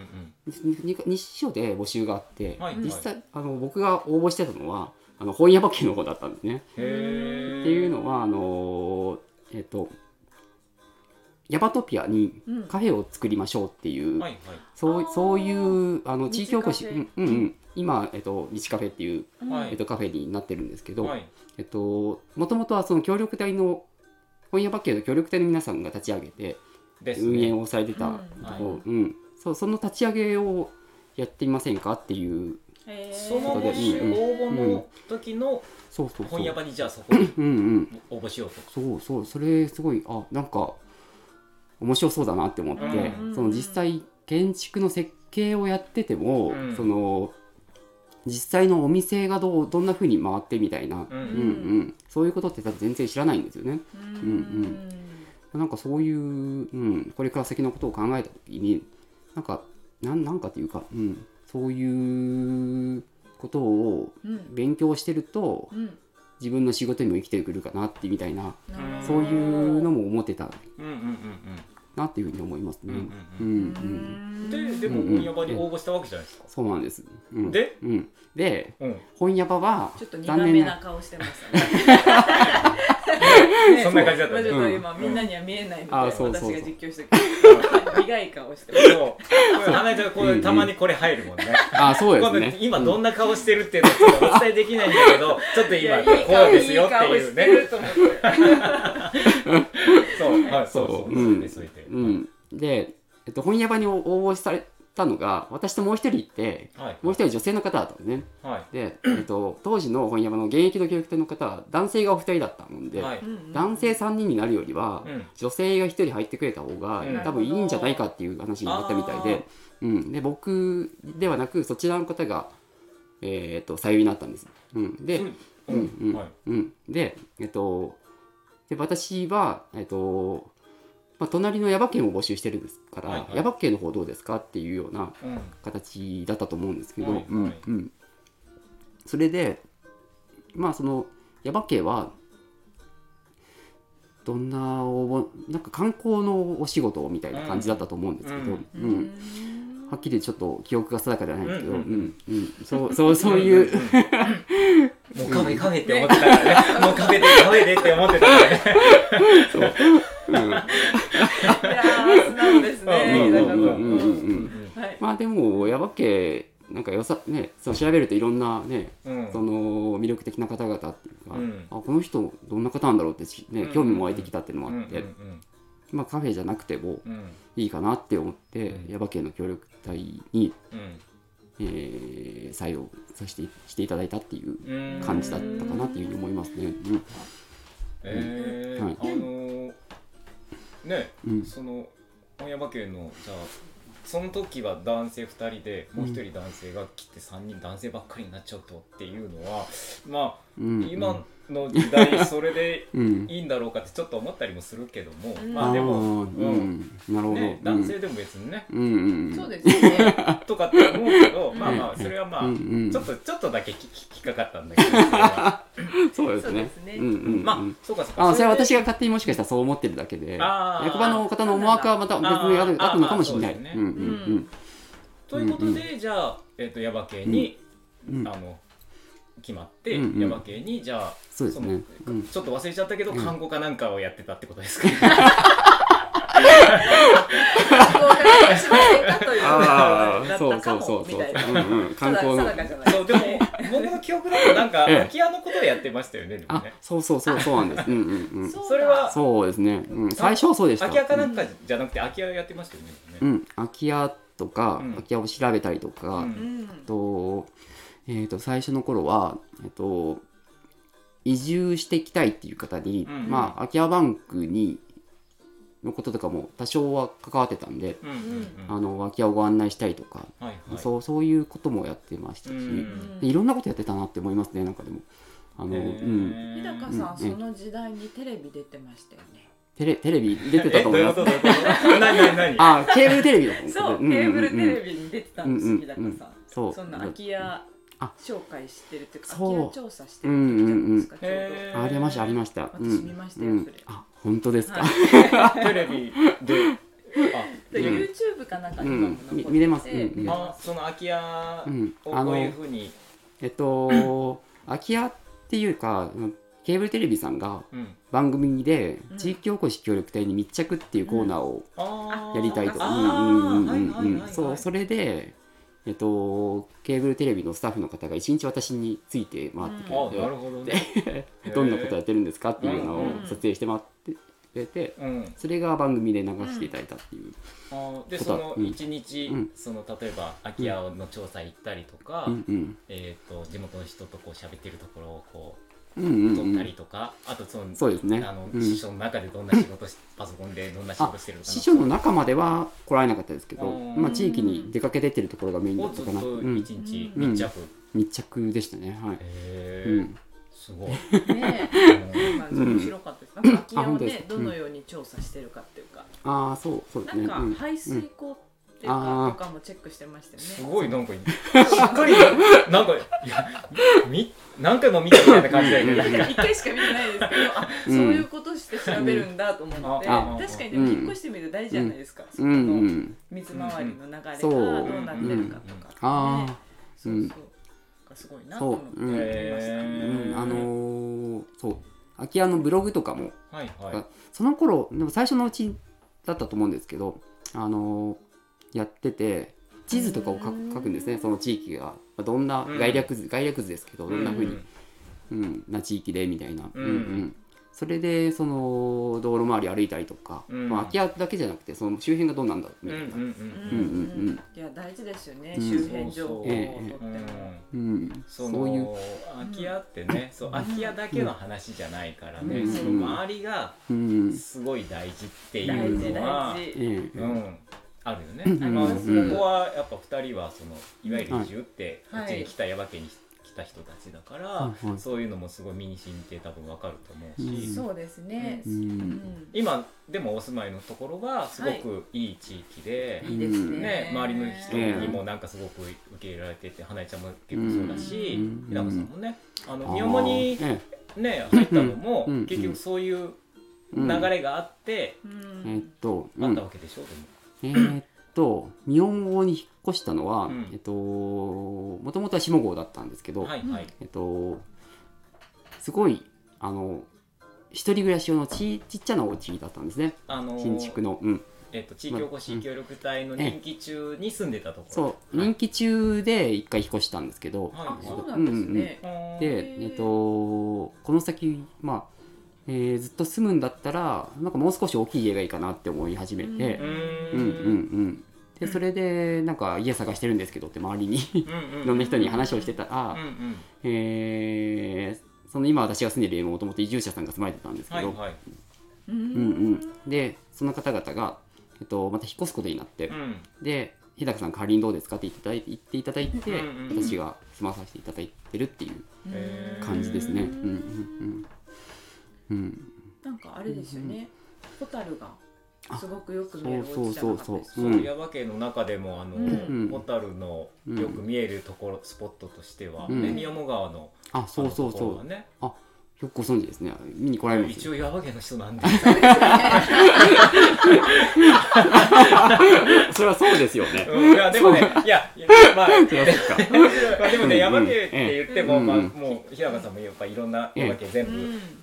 S2: うん
S1: にに日照で募集があって、
S2: はい
S1: 実際あの僕が応募してたのはあの本屋馬券の方だったんですね。
S2: へー
S1: っていうのはあのーえっ、とヤバトピアに
S4: うん
S1: カフェを作りましょうっていう、
S2: はいはい
S1: そう
S4: あー
S1: そういうあの地域おこし、う
S4: 日カフェ
S1: んうんうん、今、えっと日カフェっていう、
S4: うん
S2: はい
S1: えっとカフェになってるんですけど、
S2: はい
S1: えっともともとはその協力隊の本屋馬券の協力隊の皆さんが立ち上げて、
S2: ですね
S1: 運営をされてた
S4: うん
S1: ところ、うんそうその立ち上げをやってみませんかっていう
S4: へー
S2: その募集
S1: うん
S2: 応募の時の
S1: そうそうそう
S2: 本屋場にじゃあそこに
S1: うんうん
S2: 応募しようと。
S1: そうそうそれすごいあなんか面白そうだなって思って、
S2: うんうん
S4: うん
S1: その実際建築の設計をやってても、
S2: うん
S1: その実際のお店がどうどんな風に回ってみたいな、
S2: う
S1: うんうんんそういうことって多分全然知らないんですよね。
S3: うん
S1: なんかそういう、うん、これから先のことを考えた時になんかなんなんかというか、うん、そういうことを
S3: うん
S1: 勉強してると
S3: うん
S1: 自分の仕事にも生きてくるかなってみたいな
S3: なるほど
S1: そういうのも思ってた
S2: うんうんうん
S1: なっていうふうに思います
S2: うんう
S1: ね。
S2: ん
S1: うんう
S2: う
S3: う
S1: ん
S3: ん
S2: うん
S3: ん
S2: ででも
S1: うんうん
S2: 本屋場に応募したわけじゃないですか。
S1: そうなんです。うん、
S2: で、
S1: うん、で
S2: うん、
S1: 本屋場は
S4: ちょっと2番
S1: 残
S4: 目
S1: 念
S4: な
S1: な
S4: 顔してま
S1: *laughs*
S4: したね
S2: そんな感じだった
S4: まあ
S2: ね
S4: ちょっと今、
S2: うん
S4: みんなには見えないみたい
S1: あ
S4: な
S1: そうそうそう
S4: 私が実況してるけど苦い顔してまし
S2: そう。花ちゃんこうたまにこれ入るもんね。
S1: あそうです
S2: 今
S1: ね
S2: 度。今どんな顔してるっていうのをお伝えできないんだけど、ちょっと
S4: たい
S2: 今
S4: やいい
S2: こ
S4: 顔
S2: うですよ
S4: い
S2: っ
S4: い
S2: て
S4: 顔
S2: い
S4: し
S2: う
S4: て
S2: ね。
S4: ると思って
S2: そう、はい、そう
S1: そう
S2: そう、
S1: う
S2: そうで
S1: ん
S2: すそうで
S1: うん、で、えっと、本屋場に応募されたのが私ともう一人いて
S2: すはい、
S1: もう一人女性の方だったのね。
S2: は
S1: で、えっと、当時の本屋場の現役の教育隊の方は男性がお二人だったもん
S2: い、
S1: で、
S2: はい、
S1: 男性3人になるよりは、
S2: うん、
S1: 女性が1人入ってくれた方が
S2: うん
S1: 多分いいんじゃないかっていう話になったみたい
S2: なる
S1: で,、うん、で僕ではなくそちらの方が、えーっと採用になったんです。うん、で,、
S2: う
S1: うんん
S2: う、
S1: うんん
S2: はい、
S1: うん、で,、えっと、で私は、えっとまあ、隣の耶馬県を募集してるんですから、
S2: はいはい
S1: 耶馬県の方どうですかっていうような
S2: うん、
S1: 形だったと思うんですけど、
S2: はいはい
S1: うんうん、それでまあその耶馬渓はどんな応募なんか観光のお仕事みたいな感じだったと思うんですけど、
S2: うん
S1: うんはっきりちょっと記憶が定かではないんですけど、
S2: う
S1: うんん
S2: うんうん
S1: うんそうそうそういう *laughs*
S2: うん。もうカフェカフェって思ってたからね。もうカフェでカフェでって思ってたからね。
S4: いやー素直ですね
S1: うん
S4: な
S1: うんん
S4: か
S1: う
S4: こ
S1: んう
S4: う
S1: んうんうん
S4: はい
S1: まあでも耶馬渓なんかよさねその調べるといろんなね
S2: うん
S1: その魅力的な方々っていうか、
S2: うん
S1: あこの人どんな方なんだろうってし、
S2: う
S1: ね
S2: ん、
S1: 興味も湧いてきたっていうの
S2: うん
S1: もあって、まあ、カフェじゃなくても
S2: うんうん
S1: いいかなって思って、
S2: うん
S1: 耶馬渓の協力隊に、
S2: うん
S1: えー採用させてしていただいたっていう
S2: うん
S1: 感じだったかなっていうふうに思いますね。うん
S2: えー
S1: はい
S2: あのーね
S1: うん
S2: その本山家のじゃあその時は男性2人でもう1人男性が来て3人男性ばっかりになっちゃうとっていうのはまあ
S1: うん、
S2: 今の時代それで
S1: うん、
S2: いいんだろうかってちょっと思ったりもするけども
S4: うん
S2: まあでも、
S1: あーうんなるほど、
S2: ね、
S1: うん
S2: 男性でも別にね
S1: うんうんうん
S4: そうですよね
S2: とかって思うけどまあまあ
S1: うん
S2: それはまあ
S1: うんうん
S2: ちょっとちょっとだけきき引っかかったんだけどそれは
S1: そうですね
S4: そうですね
S1: うんうんうん
S2: まあそうかそうか
S1: あそれは
S2: で
S1: 私が勝手にもしかしたらそう思ってるだけで
S2: あー
S1: 役場の方の思惑はまた別にある
S2: あー
S1: あったのかもしれな
S2: あ
S1: い。
S2: ーそうです
S1: う
S2: ね
S1: んうん
S2: ということで、じゃあ、えっと耶馬渓に、
S1: うんうん
S2: あの決まって、
S1: うんうん
S2: 耶馬渓にじゃあ
S1: そうですね
S2: その
S1: うん
S2: ちょっと忘れちゃったけど、看護かなんかをやってたってことですか、 *laughs*
S4: 観光がしませんかという
S1: あ
S4: な
S1: あ
S4: っ
S1: そ
S4: た
S1: うそ
S4: か
S1: うそ
S4: も
S1: う
S4: み
S1: そう
S4: たいな
S1: うんうん観
S4: ただ
S1: 光の
S4: 定かじゃない
S2: そうでも僕の記憶だとなんか
S1: ええ
S2: 空き家のことをやってましたよねでも
S1: あ
S2: ね
S1: そうそうそうそうなんです。うんうんうん。
S2: それは
S1: そうですね。うん、最初はそうでした。
S2: 空き家かなんかじゃなくて空き家をやってましたよねで
S1: う
S2: もね
S1: ん、空き家とか、
S2: うん
S1: 空き家を調べたりとか、
S2: う
S4: うんん
S1: と、えっ、と最初の頃はえっ、と移住してきたいっていう方に、
S2: うん
S1: まあ空き家バンクにのこととかも多少は関わってたんで、
S2: うんうんうん
S1: あの空き家をご案内したりとか、
S2: はいはい
S1: そうそういうこともやってましたし、
S2: うん
S1: でいろんなことやってたなって思いますねなんかでも。あの、
S2: へ
S1: うん、
S2: ー
S4: 日高さん
S1: うん
S4: その時代にテレビ出てましたよね
S1: テレテレビ出てた
S2: え
S1: と思
S2: どう
S1: い
S2: いう
S1: ま
S2: こ
S1: す
S2: と。どういうこと何何何
S1: あ、ケーブルテレビの方
S4: そう、ケ
S1: んんん
S4: ーブルテレビに出てたんです、
S1: うんうん
S4: 日高さん。
S1: そう
S4: そんな空き家
S1: あ
S4: 紹介してるっていうか、
S1: そう
S4: 空き家調査してる時じゃないですか、ちょう
S2: へー
S1: ありましたありました。
S4: 私見ましたよそれ
S1: あ、本当ですか。
S4: は
S2: テレビであ
S4: ど。で
S1: うん
S4: YouTube かなんか
S1: う
S4: に
S1: ん
S4: 今も残ってて、
S1: み見れますうんうん
S2: あその空き家
S1: うん、
S2: を
S1: あ
S2: こう
S1: の
S2: いうふうに、
S1: えっ
S2: *laughs*
S1: と空き家っていうかうんケーブルテレビさんが
S2: うん
S1: 番組で
S4: うん
S1: 地域おこし協力隊に密着っていうコーナーを
S2: あー
S1: やりたいと。う
S2: あ
S1: んうん
S2: ー
S1: うん
S2: は
S1: う
S2: いはい
S1: ん
S2: は
S1: う
S2: い
S1: ん。そうそれで。えっと、ケーブルテレビのスタッフの方が一日私について回ってく
S2: あ
S1: れ
S2: な
S1: て
S2: るほどね
S1: *laughs* どんなことやってるんですかっていうの
S2: う
S1: を
S4: ん
S1: 撮影してもらってくれて
S2: うん、
S1: それが番組で流していただいたっていう、
S2: あーで
S1: そう
S2: そ
S1: だ
S2: の
S1: うん
S2: 1日、
S1: うん
S2: その例えば空き家の調査行ったりとか、
S1: うんうん、
S2: えー、と地元の人とこう喋ってるところをこ
S1: うん
S2: う
S1: うん
S2: 撮
S1: う
S2: ったり
S1: ん
S2: とか、あとその
S1: そうですね
S2: あの、
S1: うん
S2: 師匠の中でどんな仕事しパソコンでどんな仕事してるのかな
S1: 師匠の中までは来られなかったですけど、
S2: うん
S1: まあ、地域に出かけてってるところがメインだ
S2: を
S1: っ
S2: ず
S1: た
S2: っ
S1: か
S2: と
S1: な、うん
S2: 1、日密着、
S1: 密着でしたねはい、
S2: へ
S1: う
S2: ー
S1: ん、
S2: すごい、
S4: ね
S2: う
S4: なんか面白かったです。なんか空き家を
S1: あ本当です
S4: ね
S1: か
S4: どのように調査してるかっていうか、
S1: ああそうそうで
S4: な
S1: すね
S4: ん
S1: う
S4: か排水溝っていう
S1: うんあー
S4: かとかもチェックしてましたよね。
S2: すごいなんかしっかりなんかいやみ何回も見たみたいな感じだけどなんか
S4: 一回しか見てないですけど、あ、
S1: うん
S4: そういうことして調べるんだと思って、
S2: うんあ
S4: 確かにでも引っ越してみると大事じゃないですか、
S1: うん
S4: そこ
S1: う
S4: の
S1: ん
S4: 水回りの流れが
S1: そ
S4: ど
S1: う
S4: うなってるかとか、ね
S1: ああ、
S4: そううんそう、すごいなと思って
S1: そううん
S4: 見てました
S2: へ
S4: ね。
S1: うん、あのーそう空き家のブログとかも
S2: はいはい
S1: その頃でも最初のうちだったと思うんですけど、あのーやってて地図とかを書
S4: うん
S1: く書くんですねその地域がまあどんな
S2: うん
S1: 概略図、概略図ですけどどんな風に、
S2: う
S1: うんな地域でみたいな、
S2: うん
S1: それでその道路周り歩いたりとか、
S2: うん
S1: まあ、空き家だけじゃなくてその周辺がどうなんだみ
S2: んう
S1: たいな、
S2: んうん
S1: んうんうん
S4: いや大事ですよね、
S1: うん
S4: 周辺情報をとっても、
S2: うんうん
S1: うん
S2: そ
S1: そういう
S2: の空き家ってね、そう空き家だけの話じゃないからね、
S1: うん
S2: その周りが
S1: うん
S2: すごい大事ってい
S4: 大
S2: う
S4: 事
S2: のは、
S4: 大事、
S1: ええ
S2: うん、あるよね、
S1: うん
S2: まあ、
S1: う
S2: こ
S1: ん
S2: こはやっぱ2人はそのいわゆる移住ってこ
S4: はい
S2: っちに来た山家に来た人たちだから、
S1: はいはい
S2: そういうのもすごい身に染みて多分わかると思うし、
S1: うん
S4: そうですね、
S1: う
S4: うんん
S2: 今でもお住まいのところはすごくいい地域で、
S1: い
S4: いいですね
S2: ね、周りの人に
S1: え
S2: もなんかすごく受け入れられてて花江ちゃんも結構そうだし
S1: うん
S2: 日高、さんもねあ
S1: あ
S2: の
S1: ー
S2: 日本語に
S1: え
S2: ね入ったのも
S1: うん
S2: 結局そういう
S1: えうん
S2: 流れがあって、
S4: う
S1: えっ
S4: ん
S1: と、う
S2: あっ
S1: ん
S2: たわけでしょでも。
S1: えーっと、ミヨン号に引っ越したのは、
S2: うん
S1: えっと、もともとは下郷だったんですけど、
S2: はいはい
S1: えっと、すごい、あの、一人暮らし用のちちっちゃなお家だったんですね。
S2: あのー
S1: 新築の。うん。
S2: えっと地域おこし協力隊の
S1: まあうん
S2: 任期中に住んでたところ
S1: そう、人気中で一回引っ越したんですけど、
S2: はい
S4: あそうなんですね、
S2: はい
S1: で、
S4: へー
S1: えっと、この先、まあ、えーずっと住むんだったら、なんかもう少し大きい家がいいかなって思い始めて
S2: う、ー
S1: うんうんうん。で、それで、なんか家探してるんですけどって周りに。
S2: うんうん
S1: いろんな人に話をしてたら、
S2: うんうん
S1: えーその今私が住んでる家ももともと移住者さんが住まれてたんですけ
S2: はい
S1: ど、
S2: はい
S4: うん
S1: うんうん、でその方々が、えっと、また引っ越すことになって、
S2: うん
S1: で日高さん代わりにどうですかって言っていただいて言っていただいて、
S2: うんうんうん
S1: 私が住まさせていただいてるっていう
S2: へー
S1: 感じですね。う
S4: う
S1: う
S4: ん
S1: んうんうん、
S4: なんかあれですよね、ホタルがすごくよく見え
S1: そ
S4: る
S1: うそう
S4: お家じゃ
S1: そ
S4: な
S1: う
S4: かった
S1: そう
S4: ですか。
S2: そうの
S1: ん
S2: 耶馬渓の中でもあの、
S4: うん
S2: ホタルの
S1: うん
S2: よく見えるところ、スポットとしては、
S1: うん
S2: ね宮本川の
S1: あそうそうそ
S2: あのところ
S1: う
S2: はね
S1: よくご存知ですね見に来られます
S2: 一
S1: よ
S2: 応耶馬渓の人なんで
S1: *laughs* それはそうですよね
S2: うんいやでもねいやいや
S1: *laughs*
S2: まあ
S1: そりゃそっか
S2: まあでもね、
S1: うん
S2: 耶馬渓って言っても、
S1: うん
S2: まあ、もう、平川さんもやっぱいろんな耶馬渓全部、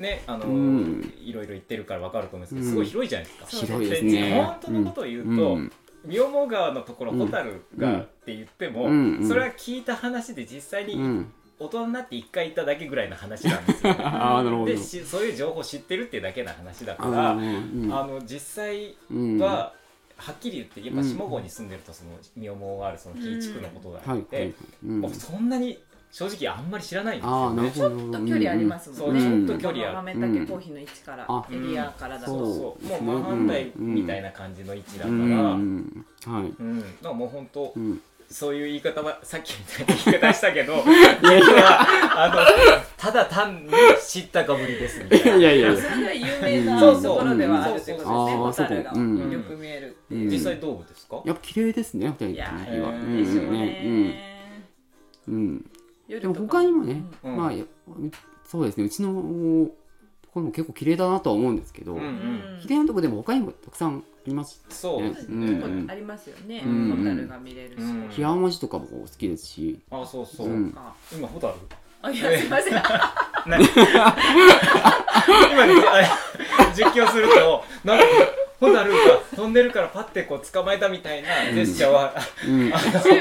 S2: ね、あの、
S1: うん
S2: いろいろ言ってるからわかると思うんですけど、
S1: うん
S2: すごい広いじゃないですか。
S1: 広いですね
S2: 本当のことを言うと、
S1: うん
S2: 妙門川のところ、
S1: うん
S2: ホタルがって言っても、
S1: うんうん
S2: それは聞いた話で実際
S1: う
S2: に
S1: ん、
S2: 大人になって一回行っただけぐらいの話なんですよ。
S1: あ *laughs* あなるほど
S2: で、しそういう情報知ってるっていうだけの話だか
S1: あ
S2: ら、
S1: ー
S2: あ
S1: うん
S2: の、実際
S1: うん
S2: は、はっきり言って、やっぱ
S1: うん
S2: 下郷に住んでると、その、妙門がある、その、紀伊地区のことがあ
S1: は
S2: っ
S1: い
S2: て、
S1: はい、うん
S2: もうそんなに正直あんまり知らないんです
S1: あ
S2: よ
S1: あなる
S2: ね。
S1: ほど
S4: ちょっと距離ありますもんね。
S1: うん
S4: ちょっと
S2: 距離ある
S4: 豆竹コーヒーの位置から、
S1: あ
S4: エリアからだ
S2: そ
S4: と、
S2: う
S1: そ
S2: そうう、
S1: です
S2: も
S1: ね
S2: う真反対みたいな感じの位置だか
S1: う
S2: ら、うんん、
S1: うんはい
S2: だからもう本当
S1: うん
S2: そういう言い方はさっきみたいな言い方したけど、いやいやあのただ単に知ったかぶりですみたい
S1: いや
S2: な。
S1: いやいや
S4: それが有名な
S1: そう
S4: と
S1: そう
S4: ころではあるということですね。
S1: うん
S4: ホ
S1: あー
S4: タルが
S1: そうかうん
S4: よく見えるって
S1: うん
S4: いう。
S2: 実際どうですか？
S1: やっぱ綺麗ですねお二人
S4: いや
S1: の
S4: ー、い
S1: 日は。
S2: うん
S4: いでしょう
S1: うん
S4: ね。
S1: うんうん
S4: 夜
S1: で
S4: と
S1: も
S4: か
S1: 他にもね、
S2: うん
S1: まあやそうですねうちのところも結構綺麗だなとは思うんですけど、
S2: う
S4: うんん
S1: 綺麗なとこでも他にもたくさんあります。
S2: そうです
S1: う
S2: ね。
S1: ん
S4: 結構ありますよね。
S1: うん
S4: ホタルが見れるし。
S2: うん
S1: 平安文字とかも好きですし、
S2: あ、そうそう。
S1: うん
S4: あ
S2: 今ホタル？
S4: あ、いや、すいません。
S2: 何今ねあれ実況するとなんかホタルが飛んでるからパッてこう捕まえたみたいなジェスチャーは。
S1: うん、
S4: 銃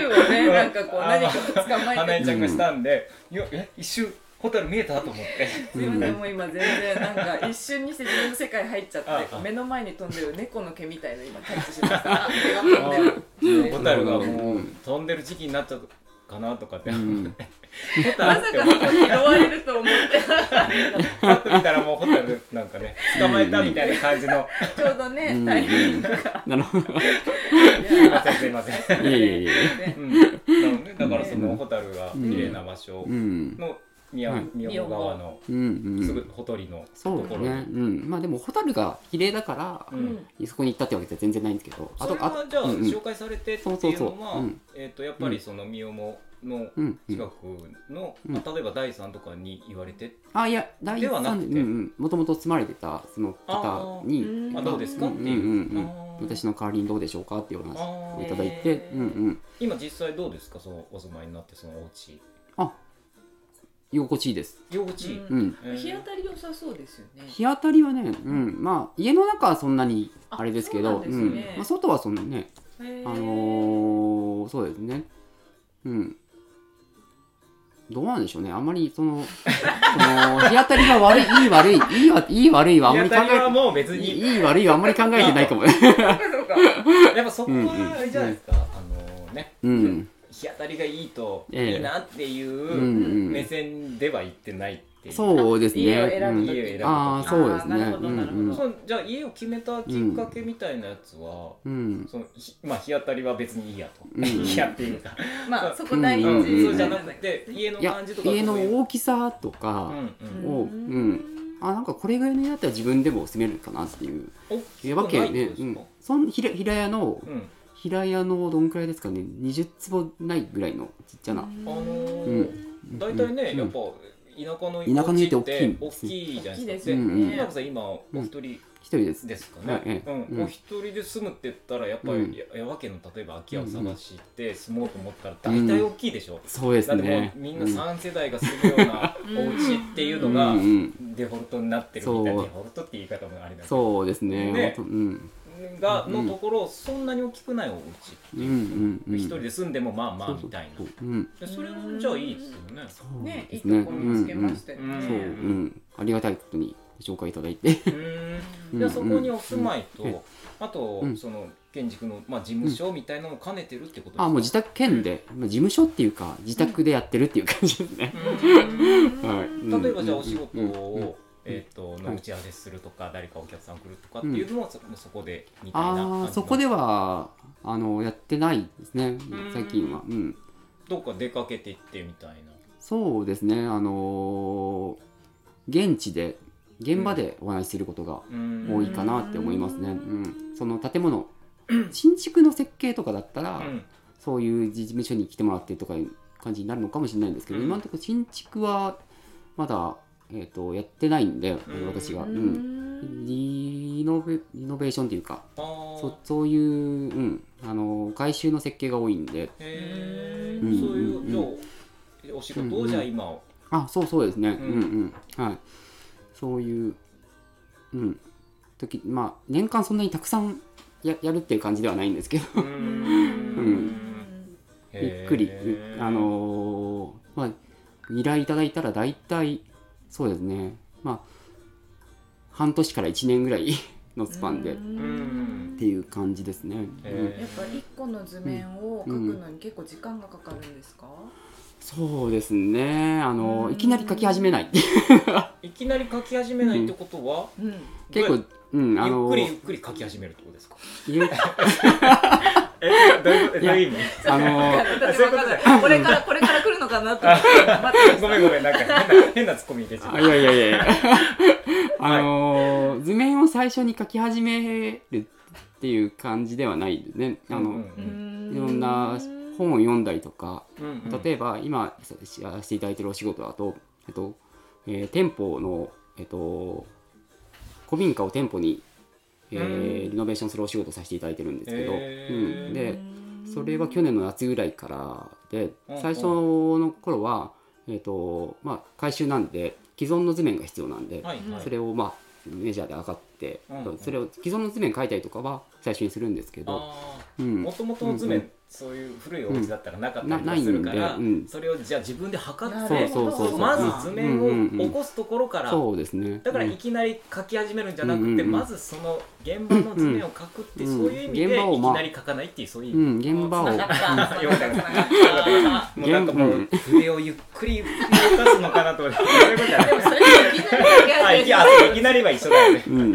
S4: をね、なんかこ
S2: *laughs*
S4: う、
S2: あ
S4: 何かを捕まえ
S2: 花
S4: て
S2: 江ちゃんがしたんで、よえ一瞬ホタル見えたと思って
S4: すみません、もう今全然なんか一瞬にして自分の世界入っちゃっ
S2: ああ
S4: て目の前に飛んでる猫の毛みたいの今キャッチしま
S2: *laughs*
S4: したあ毛が飛んでる
S2: ホタルがもう飛んでる時期になっちゃうかなとかって思って、ホタ
S4: ま
S2: ル
S4: さ
S2: っ
S4: か
S2: て思
S4: そ
S2: っ
S4: こ拾われると思って
S2: てパッと見たらもうホタルなんかね捕まえたみたいな感じの
S4: ちょうどね、
S2: *laughs*
S1: うん
S4: タイミングが
S1: なるほど。
S2: すいませんすいません、
S1: いやいやいや。
S2: うん、なのでだからそのホタルが綺麗な場所
S1: うん。
S2: の宮
S1: うん
S2: 宮古川の
S1: うんうん。
S2: すぐほとりのと
S1: そう
S2: こ
S1: です
S2: ろに、
S1: ね。うん。まあでも、ホタルが綺麗だから、
S2: うん
S1: そこに行ったってわけじゃ全然ないんですけど。
S2: それはじゃあ
S1: うんうん
S2: 紹介されてっていう
S1: そうそう
S2: の
S1: そうう
S2: は
S1: ん
S2: えーとやっぱりその三面の
S1: うん、うん
S2: 近くの、
S1: うん
S2: まあ例えば第三とかに言われて、
S1: あいや第
S2: ではなくて
S1: 三もともと住まれてたその方に
S4: うん
S2: あどうですか
S1: う
S2: っ
S1: ん
S2: て
S1: うんう
S2: い
S1: ん
S2: う、
S1: うん
S2: あー
S1: 私の代わりにどうでしょうかっていうお話
S2: あ
S1: をい
S2: ー
S1: ただいて
S4: へ、ー
S1: うんうん、
S2: 今実際どうですかそのお住まいになってそのお家
S1: あ居心地いいです、
S2: 居心地いい、
S1: う
S4: うん
S1: ん、
S2: えー
S4: 日当たり良さそうですよね
S1: 日当たりはね、うん、まあ家の中はそんなにあれですけど
S4: あそうなんですね
S1: うんまあ、外はそんなね、
S4: あ
S1: あのー、そうですねうんどうなんでしょうねあんまりそのその日当たりが悪いいい悪いいいはいい悪いはあんまり
S2: 日当
S1: 考
S2: たり
S1: え
S2: はもう別
S1: て
S2: に
S1: いい悪いはあんまり考えてないかも
S4: そうか
S2: やっぱそこはあれじゃないですか、あのね
S1: うん、
S2: 日当たりがいいと
S1: ええ
S2: いいなってい
S1: うんう
S2: うん目線では言ってないっていう、
S1: そうですね。
S4: 家を選ぶ
S1: うん
S2: 家を
S4: 時
S2: 選ぶ
S1: ああ、そうですね。
S4: あーなるほどなるほど
S2: そうじゃあ家を決めたきっかけみたいなやつは、
S1: うんうん。
S2: そのひまあ日当たりは別にいいやと、
S1: うん
S2: いいやっていうか、
S4: まあそこ大事
S1: うん
S2: うんそうじゃ
S4: な
S2: なんく
S4: だ
S2: て家の
S1: いや
S2: 感じと、か
S1: 家の
S2: そういう
S1: 大きさと
S2: う
S1: か
S2: んうん
S1: を、うん。あ、なんかこれぐらいの家だったら自分でも住めるかなっていう。
S2: 大き
S1: や
S2: く
S1: ばけ
S2: ない
S1: ね
S2: ってことで。す
S1: うん
S2: か。
S1: そん平平屋の
S2: うん
S1: 平屋のどんくらいですかね。20坪ないぐらいのちっちゃな。
S2: あの
S1: う
S2: ー
S1: ん。
S2: 大体ね、
S1: うん
S2: やっぱ田舎の
S1: 田舎の家って大きいん
S2: 大
S1: ですね
S2: きいじゃな
S4: 大き
S2: い
S4: い
S2: で
S4: ですす
S2: か。
S4: よ
S2: で、
S1: うん
S2: 今
S4: ね
S2: 子さん今お一人
S1: 一人です。
S2: ですか
S1: うん
S2: ね。
S1: うん
S2: うん、お一人で住むって言ったらやっぱ
S1: うん
S2: りややわけの例えば空き家を探して住もうと思ったら大体大きいでしょ。
S1: そうです
S2: だってもう
S1: ね。
S2: みんな三世代が住むようなお家っていうのが
S1: うんうん
S2: デフォルトになってるみたい
S1: そ
S2: な
S1: う
S2: デフォルトって言い方もあれだけど
S1: そうですね。
S2: ね
S1: ほんとうん。
S2: が
S1: う
S2: の
S1: ん
S2: ところそんなに大きくないお家って
S1: うんう
S2: いうん
S1: うん。
S2: 一人で住んでもまあまあ
S1: そうそう
S2: みたいな
S1: そううん。
S2: でそれもじゃあいいですよね
S1: そう
S4: ね
S1: で
S4: いい
S1: す
S4: と
S1: ね。
S4: こ見つけましたよ
S2: うん
S4: ね
S1: そう、うん、ありがたいことにご紹介いただいて。
S2: うーん
S1: うん
S2: じゃあそこにお住まいと、
S1: うん
S2: あと、
S1: うん
S2: その建築の、まあ、事務所みたいなのを兼ねてるってことですか、
S1: あ、もう自宅兼で、まあ、事務所っていうか、自宅でやってるっていう感じですね。
S4: うん
S1: はいうん
S2: 例えばじゃあお仕事を、
S1: うんうん
S2: えー、との打ち合わせするとか、誰かお客さん来るとかっていうのも、そそこでみたいな
S1: あ
S2: 感
S1: あ、
S2: じ
S1: そこで
S2: の
S1: は、あの、やってないですね、最近は。うん。
S2: どっか出かけていってみたいな
S1: そうですね、あのー現地で、現場でお話しすることが
S2: うーん
S1: 多いかなって思いますね。うん。その建物、新築の設計とかだったら、
S2: うん
S1: そういう事務所に来てもらってとかいう感じになるのかもしれないんですけど、
S2: うん
S1: 今のところ新築はまだ、えー、とやってないんで、
S2: ん
S1: 私が、う、
S4: うんん
S1: リノベリノベーションというか
S2: あ
S1: そ
S2: ー
S1: そういう、うん、あの外周の設計が多いんで
S2: へ
S1: うん
S2: ーそういううんじゃあお仕事をじゃあ今を
S1: あそうそうですね、うん
S2: ん
S1: うんはい、そういう、うん時まあ、年間そんなにたくさんややるっていう感じではないんですけど、
S2: うーん
S1: うゆっくり、ゆあのーまあ、依頼いただいたら大体そうですねまあ半年から1年ぐらいのスパンでっ
S2: うーん
S1: ていう感じですね、うん
S2: へー
S4: やっぱ一個の図面を描くのに結構時間がかかるんですか
S1: そうですねあの
S4: うん
S1: いきなり書き始めない
S2: *laughs* いきなり書き始めないってことは、
S4: うん
S1: 結構うんあ
S2: ゆっ
S1: の
S2: くりゆっくり書き始めるってことですか
S1: ゆっ
S2: えどう
S1: いや
S2: いう意味 *laughs*
S1: あの
S4: 私わかんないこれからこれから来るのかなと思って待って
S2: ごめんごめんなんか変な変なツッコミ入れちゃっ
S1: あいやいやいやい *laughs* やあの図面を最初に書き始めるっていう感じではないですね
S2: た
S1: あの、
S2: うん
S4: うー
S1: いろんな本を読んだりとか
S2: うんうん
S1: 例えば今しやらせていただいてるお仕事だと、えっとえー店舗の、えっと、古民家を店舗に、えー
S2: うん
S1: リノベーションするお仕事をさせていただいてるんですけど、
S2: へー
S1: うん、でそれは去年の夏ぐらいからで
S2: うんうん
S1: 最初の頃は、えっとまあ、改修なんで既存の図面が必要なんで、
S2: はいはい
S1: それを、まあ、メジャーで上がって、
S2: うんうん
S1: それを既存の図面書いたりとかは最初にするんですけど、
S2: あ
S1: うん
S2: もともとの
S1: う
S2: 爪
S1: んうん
S2: そういう古いお家だったらなかったり
S1: な
S2: もするから
S1: ないんでうん
S2: それをじゃあ自分で測っ
S1: そ
S2: て
S1: うそうそうそう
S2: まず図面を起こすところから、
S1: そうですね
S2: だから
S1: うん
S2: いきなり書き始めるんじゃなくて、
S1: うんうんうん
S2: まずその現場の図面を書くって、
S1: うん
S2: そういう意味
S1: 現
S2: で
S1: 場を
S2: いき
S1: まあ
S2: なり書かないっていうそういう意
S1: う
S2: 味、
S1: ん現場を
S4: つながった
S2: よかったもうなんかも
S1: う
S2: うん筆をゆっくり動かすのかなと思ってそういうことじゃない
S4: でもそれでいきなり
S2: あいやいきなりは一緒だよね
S1: うん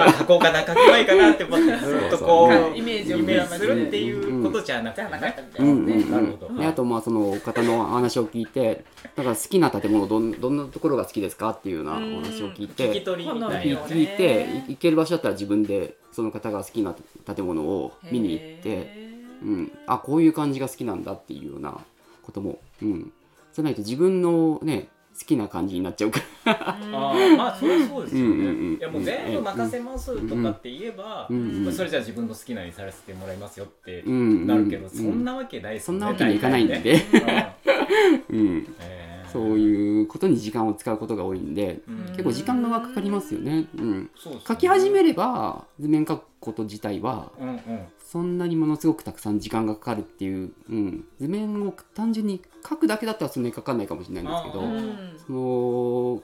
S2: あ書こうかな書けないかなって思ってずっとこ
S1: そう
S2: う
S4: イメージを
S2: イ
S4: 膨
S2: メ
S4: ら
S2: ージ
S4: ますせ
S2: るってていうことじゃなく
S4: じ
S2: て
S4: ゃなかっ
S2: ね
S4: たみた
S1: う
S4: いなん
S1: うんう
S4: ね、
S2: なる
S1: ん
S2: ほど
S1: であとまあそのお方の話を聞いてだから好きな建物どんどんなところが好きですかっていうようなお話を聞い
S2: 聞き
S1: て
S2: 取りみたい
S1: 聞
S2: な
S1: 聞いてい行ける場所だったら自分でその方が好きな建物を見に行って、うん、あこういう感じが好きなんだっていうようなことも、うん、じゃないと自分のね好きな感じになっちゃう
S2: *laughs*
S1: から
S2: あーまあそれはそうですよね、
S1: うんうんうん
S2: いやもう全部任せますとかって言えば、
S1: うんうん
S2: まあそれじゃあ自分の好きなようにさせてもらいますよって
S1: うん
S2: なるけど、
S1: うん
S2: そんなわけないです
S1: そ
S2: よ
S1: ん
S2: ね
S1: なわけにいかないんで、
S2: 大体ね
S1: *laughs* うん、
S2: うんえー
S1: そういうことに時間を使うことが多いんで
S2: うん
S1: 結構時間がかかりますよね、うん、
S2: そうですね
S1: 書き始めれば図面書くこと自体は
S2: うんうん
S1: そんなにものすごくたくさん時間がかかるっていう、うん、図面を単純に書くだけだったらそんなにかかんないかもしれないんですけど
S2: あー
S1: その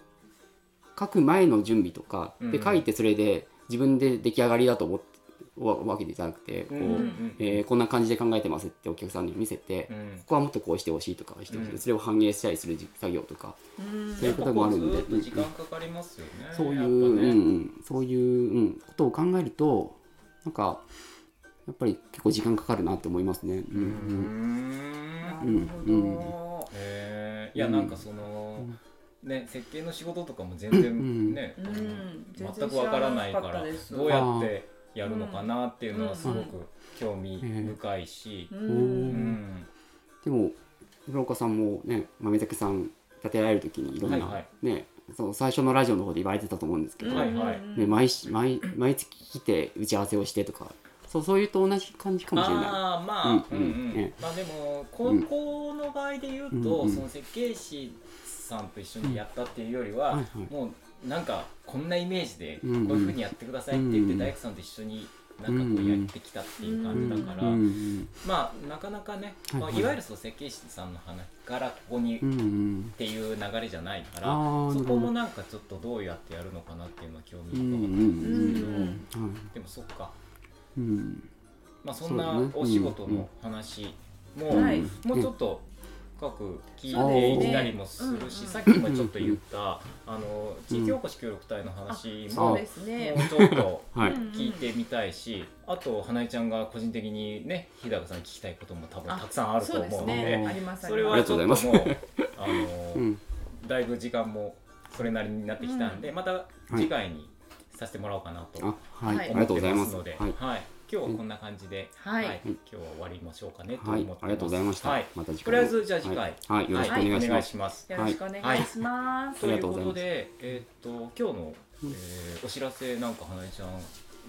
S1: 書く前の準備とか
S2: うん
S1: で書いてそれで自分で出来上がりだと思ってわわけじゃなくてこう、
S2: うんうん
S1: えーこんな感じで考えてますってお客さんに見せて、こ
S2: うん
S1: こはもっとこうしてほしいとかしてほしい、
S2: うん
S1: それを反映したりする作業とか、
S4: うん
S1: そういうこともあるんで
S2: やっぱこうずっと時間かかりますよね
S1: そういう、
S2: やっぱね
S1: うんうん、そういう、うん、ことを考えるとなんかやっぱり結構時間かかるなって思いますね。う
S2: うんん
S1: うん
S4: うん
S2: えーいや
S1: うん
S2: なんかその、ね設計の仕事とかも全然ね、
S4: うんうん
S2: あの全くわからないか
S4: 全然知らなからったです
S2: どうやってやるのかなっていうのはすごく興味深いし、
S4: う
S1: うん
S4: ん
S2: うん
S1: でも村岡さんもね豆竹さん立てられる時にいろんな、
S2: はいはい
S1: ねその最初のラジオの方で言われてたと思うんですけど、
S2: はいはい
S1: ね、毎し毎毎月来て打ち合わせをしてとかそうそういうと同じ感じかもしれない。
S2: ああまあ、うん
S1: う
S2: うんん
S1: うんね
S2: まあでも高校の場合で言うと、
S1: うんうん
S2: その設計士さんと一緒にやったっていうより
S1: は
S2: は、
S1: いはい
S2: もうなんかこんなイメージでこ
S1: う
S2: うんい
S1: うん
S2: うふうにやってくださいって言って、
S1: うん
S2: 大工さんと一緒になんかこうやってきたっていう感じだから、
S1: うんうん
S2: まあなかなかね、
S1: はい
S2: ま
S1: は
S2: あ、
S1: い
S2: いわゆるその設計士さんの話からここに
S1: うんうん
S2: っていう流れじゃないから
S1: あー
S2: そこもなんかちょっとどうやってやるのかなっていうのは興味
S1: う
S2: 深
S1: ん
S2: か
S1: う
S2: った、
S1: ん
S2: けど
S4: うん
S1: うんはい
S2: でもそっか、
S1: うん
S2: まあ、そんな
S1: そうだね
S2: お仕事の話も、
S4: うんはい
S2: もうちょっと深く聞いていたりもするし、
S4: そうです
S2: さ
S4: ね
S2: っきもちょっと言ったあの地域おこし協力隊の話
S4: そ
S2: も、
S4: う
S2: もう
S4: ですね
S2: ちょっと
S1: はい
S2: 聞いてみたいし、あと花江ちゃんが個人的にね日高さんに聞きたいことも多分たくさんあると思うので
S4: そ
S2: そ
S4: ですね
S1: うん
S4: あります
S2: れ
S1: あり
S2: は
S1: が
S2: ち
S1: とう
S2: ょっと
S1: ご
S2: も
S1: ざいう
S2: あの、
S1: うん
S2: だいぶ時間もそれなりになってきたんで、また次回にさせてもらおうかなと
S1: あはい、
S4: はい
S1: あり
S2: 思
S1: が
S2: っ
S1: とうござ
S2: て
S1: い
S2: ま
S1: ますす。
S2: の
S1: はい
S2: で、はい、今日はこんな感じで、
S4: はい
S2: 今日は終わりましょうかねと
S1: は
S2: 思
S1: い
S2: ってます。
S1: ありがとうございました。
S2: はい、
S1: また次回
S2: とりあえずじゃあ次回、
S1: はいはいよろしくお願い
S2: は
S1: します。
S2: します
S4: よろしくお願いします
S1: あ
S2: と
S1: り
S2: い
S1: が
S2: う
S1: とうご
S2: こ
S1: ざいま
S2: と
S1: す
S2: で、えーっと今日の、えーお知らせなんか花江ちゃんは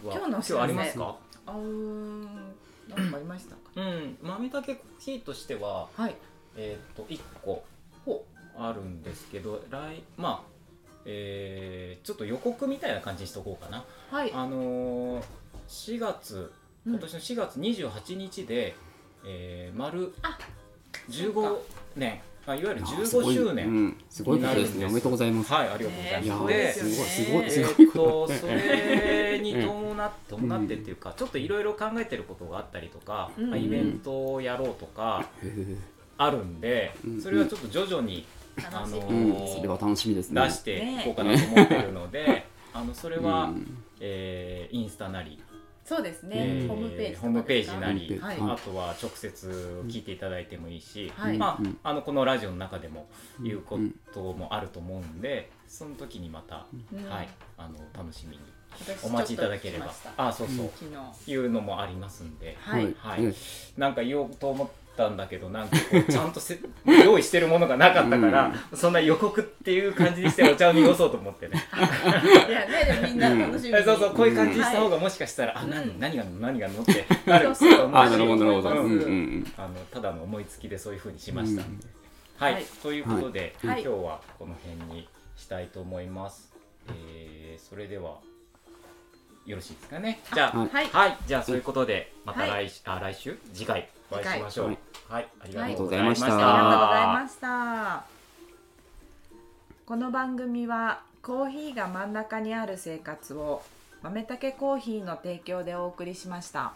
S4: 今日のお知らせ
S2: ありますか？
S4: あうんなんかありましたか
S2: うん、豆竹コーヒーとしては
S4: はい
S2: えーっと一個あるんですけど、来まあ。えーちょっと予告みたいな感じにしとこうかな。
S4: はい
S2: あのー、4月
S4: うん
S2: 今年の4月28日で、えー丸
S4: あ
S2: 15年あいわゆる
S1: あーすごい
S2: 15周
S1: う
S2: 年
S1: ん、すごい
S2: に
S1: こ
S2: な
S1: と
S2: る
S1: で
S2: んですす
S1: ね。おめでとうございます。
S2: はいありがとうござい
S1: いやー
S2: ます。
S4: ね
S2: です
S1: すごいす
S4: ご
S1: ご
S4: い
S1: い
S4: です
S2: え
S1: ご
S2: ー
S1: い
S2: っ
S1: こと
S2: と
S1: だっ
S2: そ
S1: た
S2: れに伴伴ってっていうかちょっといろいろ考えてることがあったりとか、
S4: うん
S2: まあ、イベントをやろうとか
S1: へー
S2: あるんで
S1: うん
S2: それはちょっと徐々に、あ
S4: 楽し
S2: の
S4: み
S1: うん
S2: ー、
S1: それは楽しみですね。
S2: 出していこうかなと思ってるので、 *laughs* あのそれは、
S1: うん
S2: えーインスタなり
S4: そうです
S2: え
S4: ね
S2: ー
S4: ホームページとかですか
S2: ホームページなり、
S1: はい
S2: あとは直接聞いていただいてもいいし、
S4: はい
S2: ま
S1: うん
S2: あ、あのこのラジオの中でも言うこともあると思うんで、その時にまた、
S4: うん
S2: はい、あの楽しみに
S4: 私
S2: お待ちいただけれ
S4: ち
S2: ば
S4: ょっと来ました
S2: あそうそう、
S4: 昨日
S2: いうのもありますんで、
S4: はい
S2: はいなんか言おうと思ったんだけどなんかこうちゃんとせ用意してるものがなかったから、そんな予告っていう感じにしてお茶を濁そうと思ってね。
S4: いやねでもみんな楽しみ
S2: え
S4: に
S2: そうそうこういう感じにした方がもしかしたら、あ何何が何がのってなると思
S1: あ
S2: う
S1: ー、
S2: し
S1: なるほどなるほど。
S2: う
S1: うんんうんうん。
S2: あのただの思いつきでそういう風にしましたんで、はい、
S4: はい
S2: ということで、
S4: はい
S2: 今日はこの辺にしたいと思います、えーそれではよろしいですかねじゃあ
S1: は
S2: はいい、
S5: はい
S2: じゃあそういうことでまた来,、
S5: は
S2: あ来週次回お会いしましょう
S1: 次
S2: はい、ありが
S5: はい
S2: とうございました、
S1: あり
S4: ありがとう
S1: が
S4: ございました。この番組はコーヒーが真ん中にある生活を豆たけコーヒーの提供でお送りしました。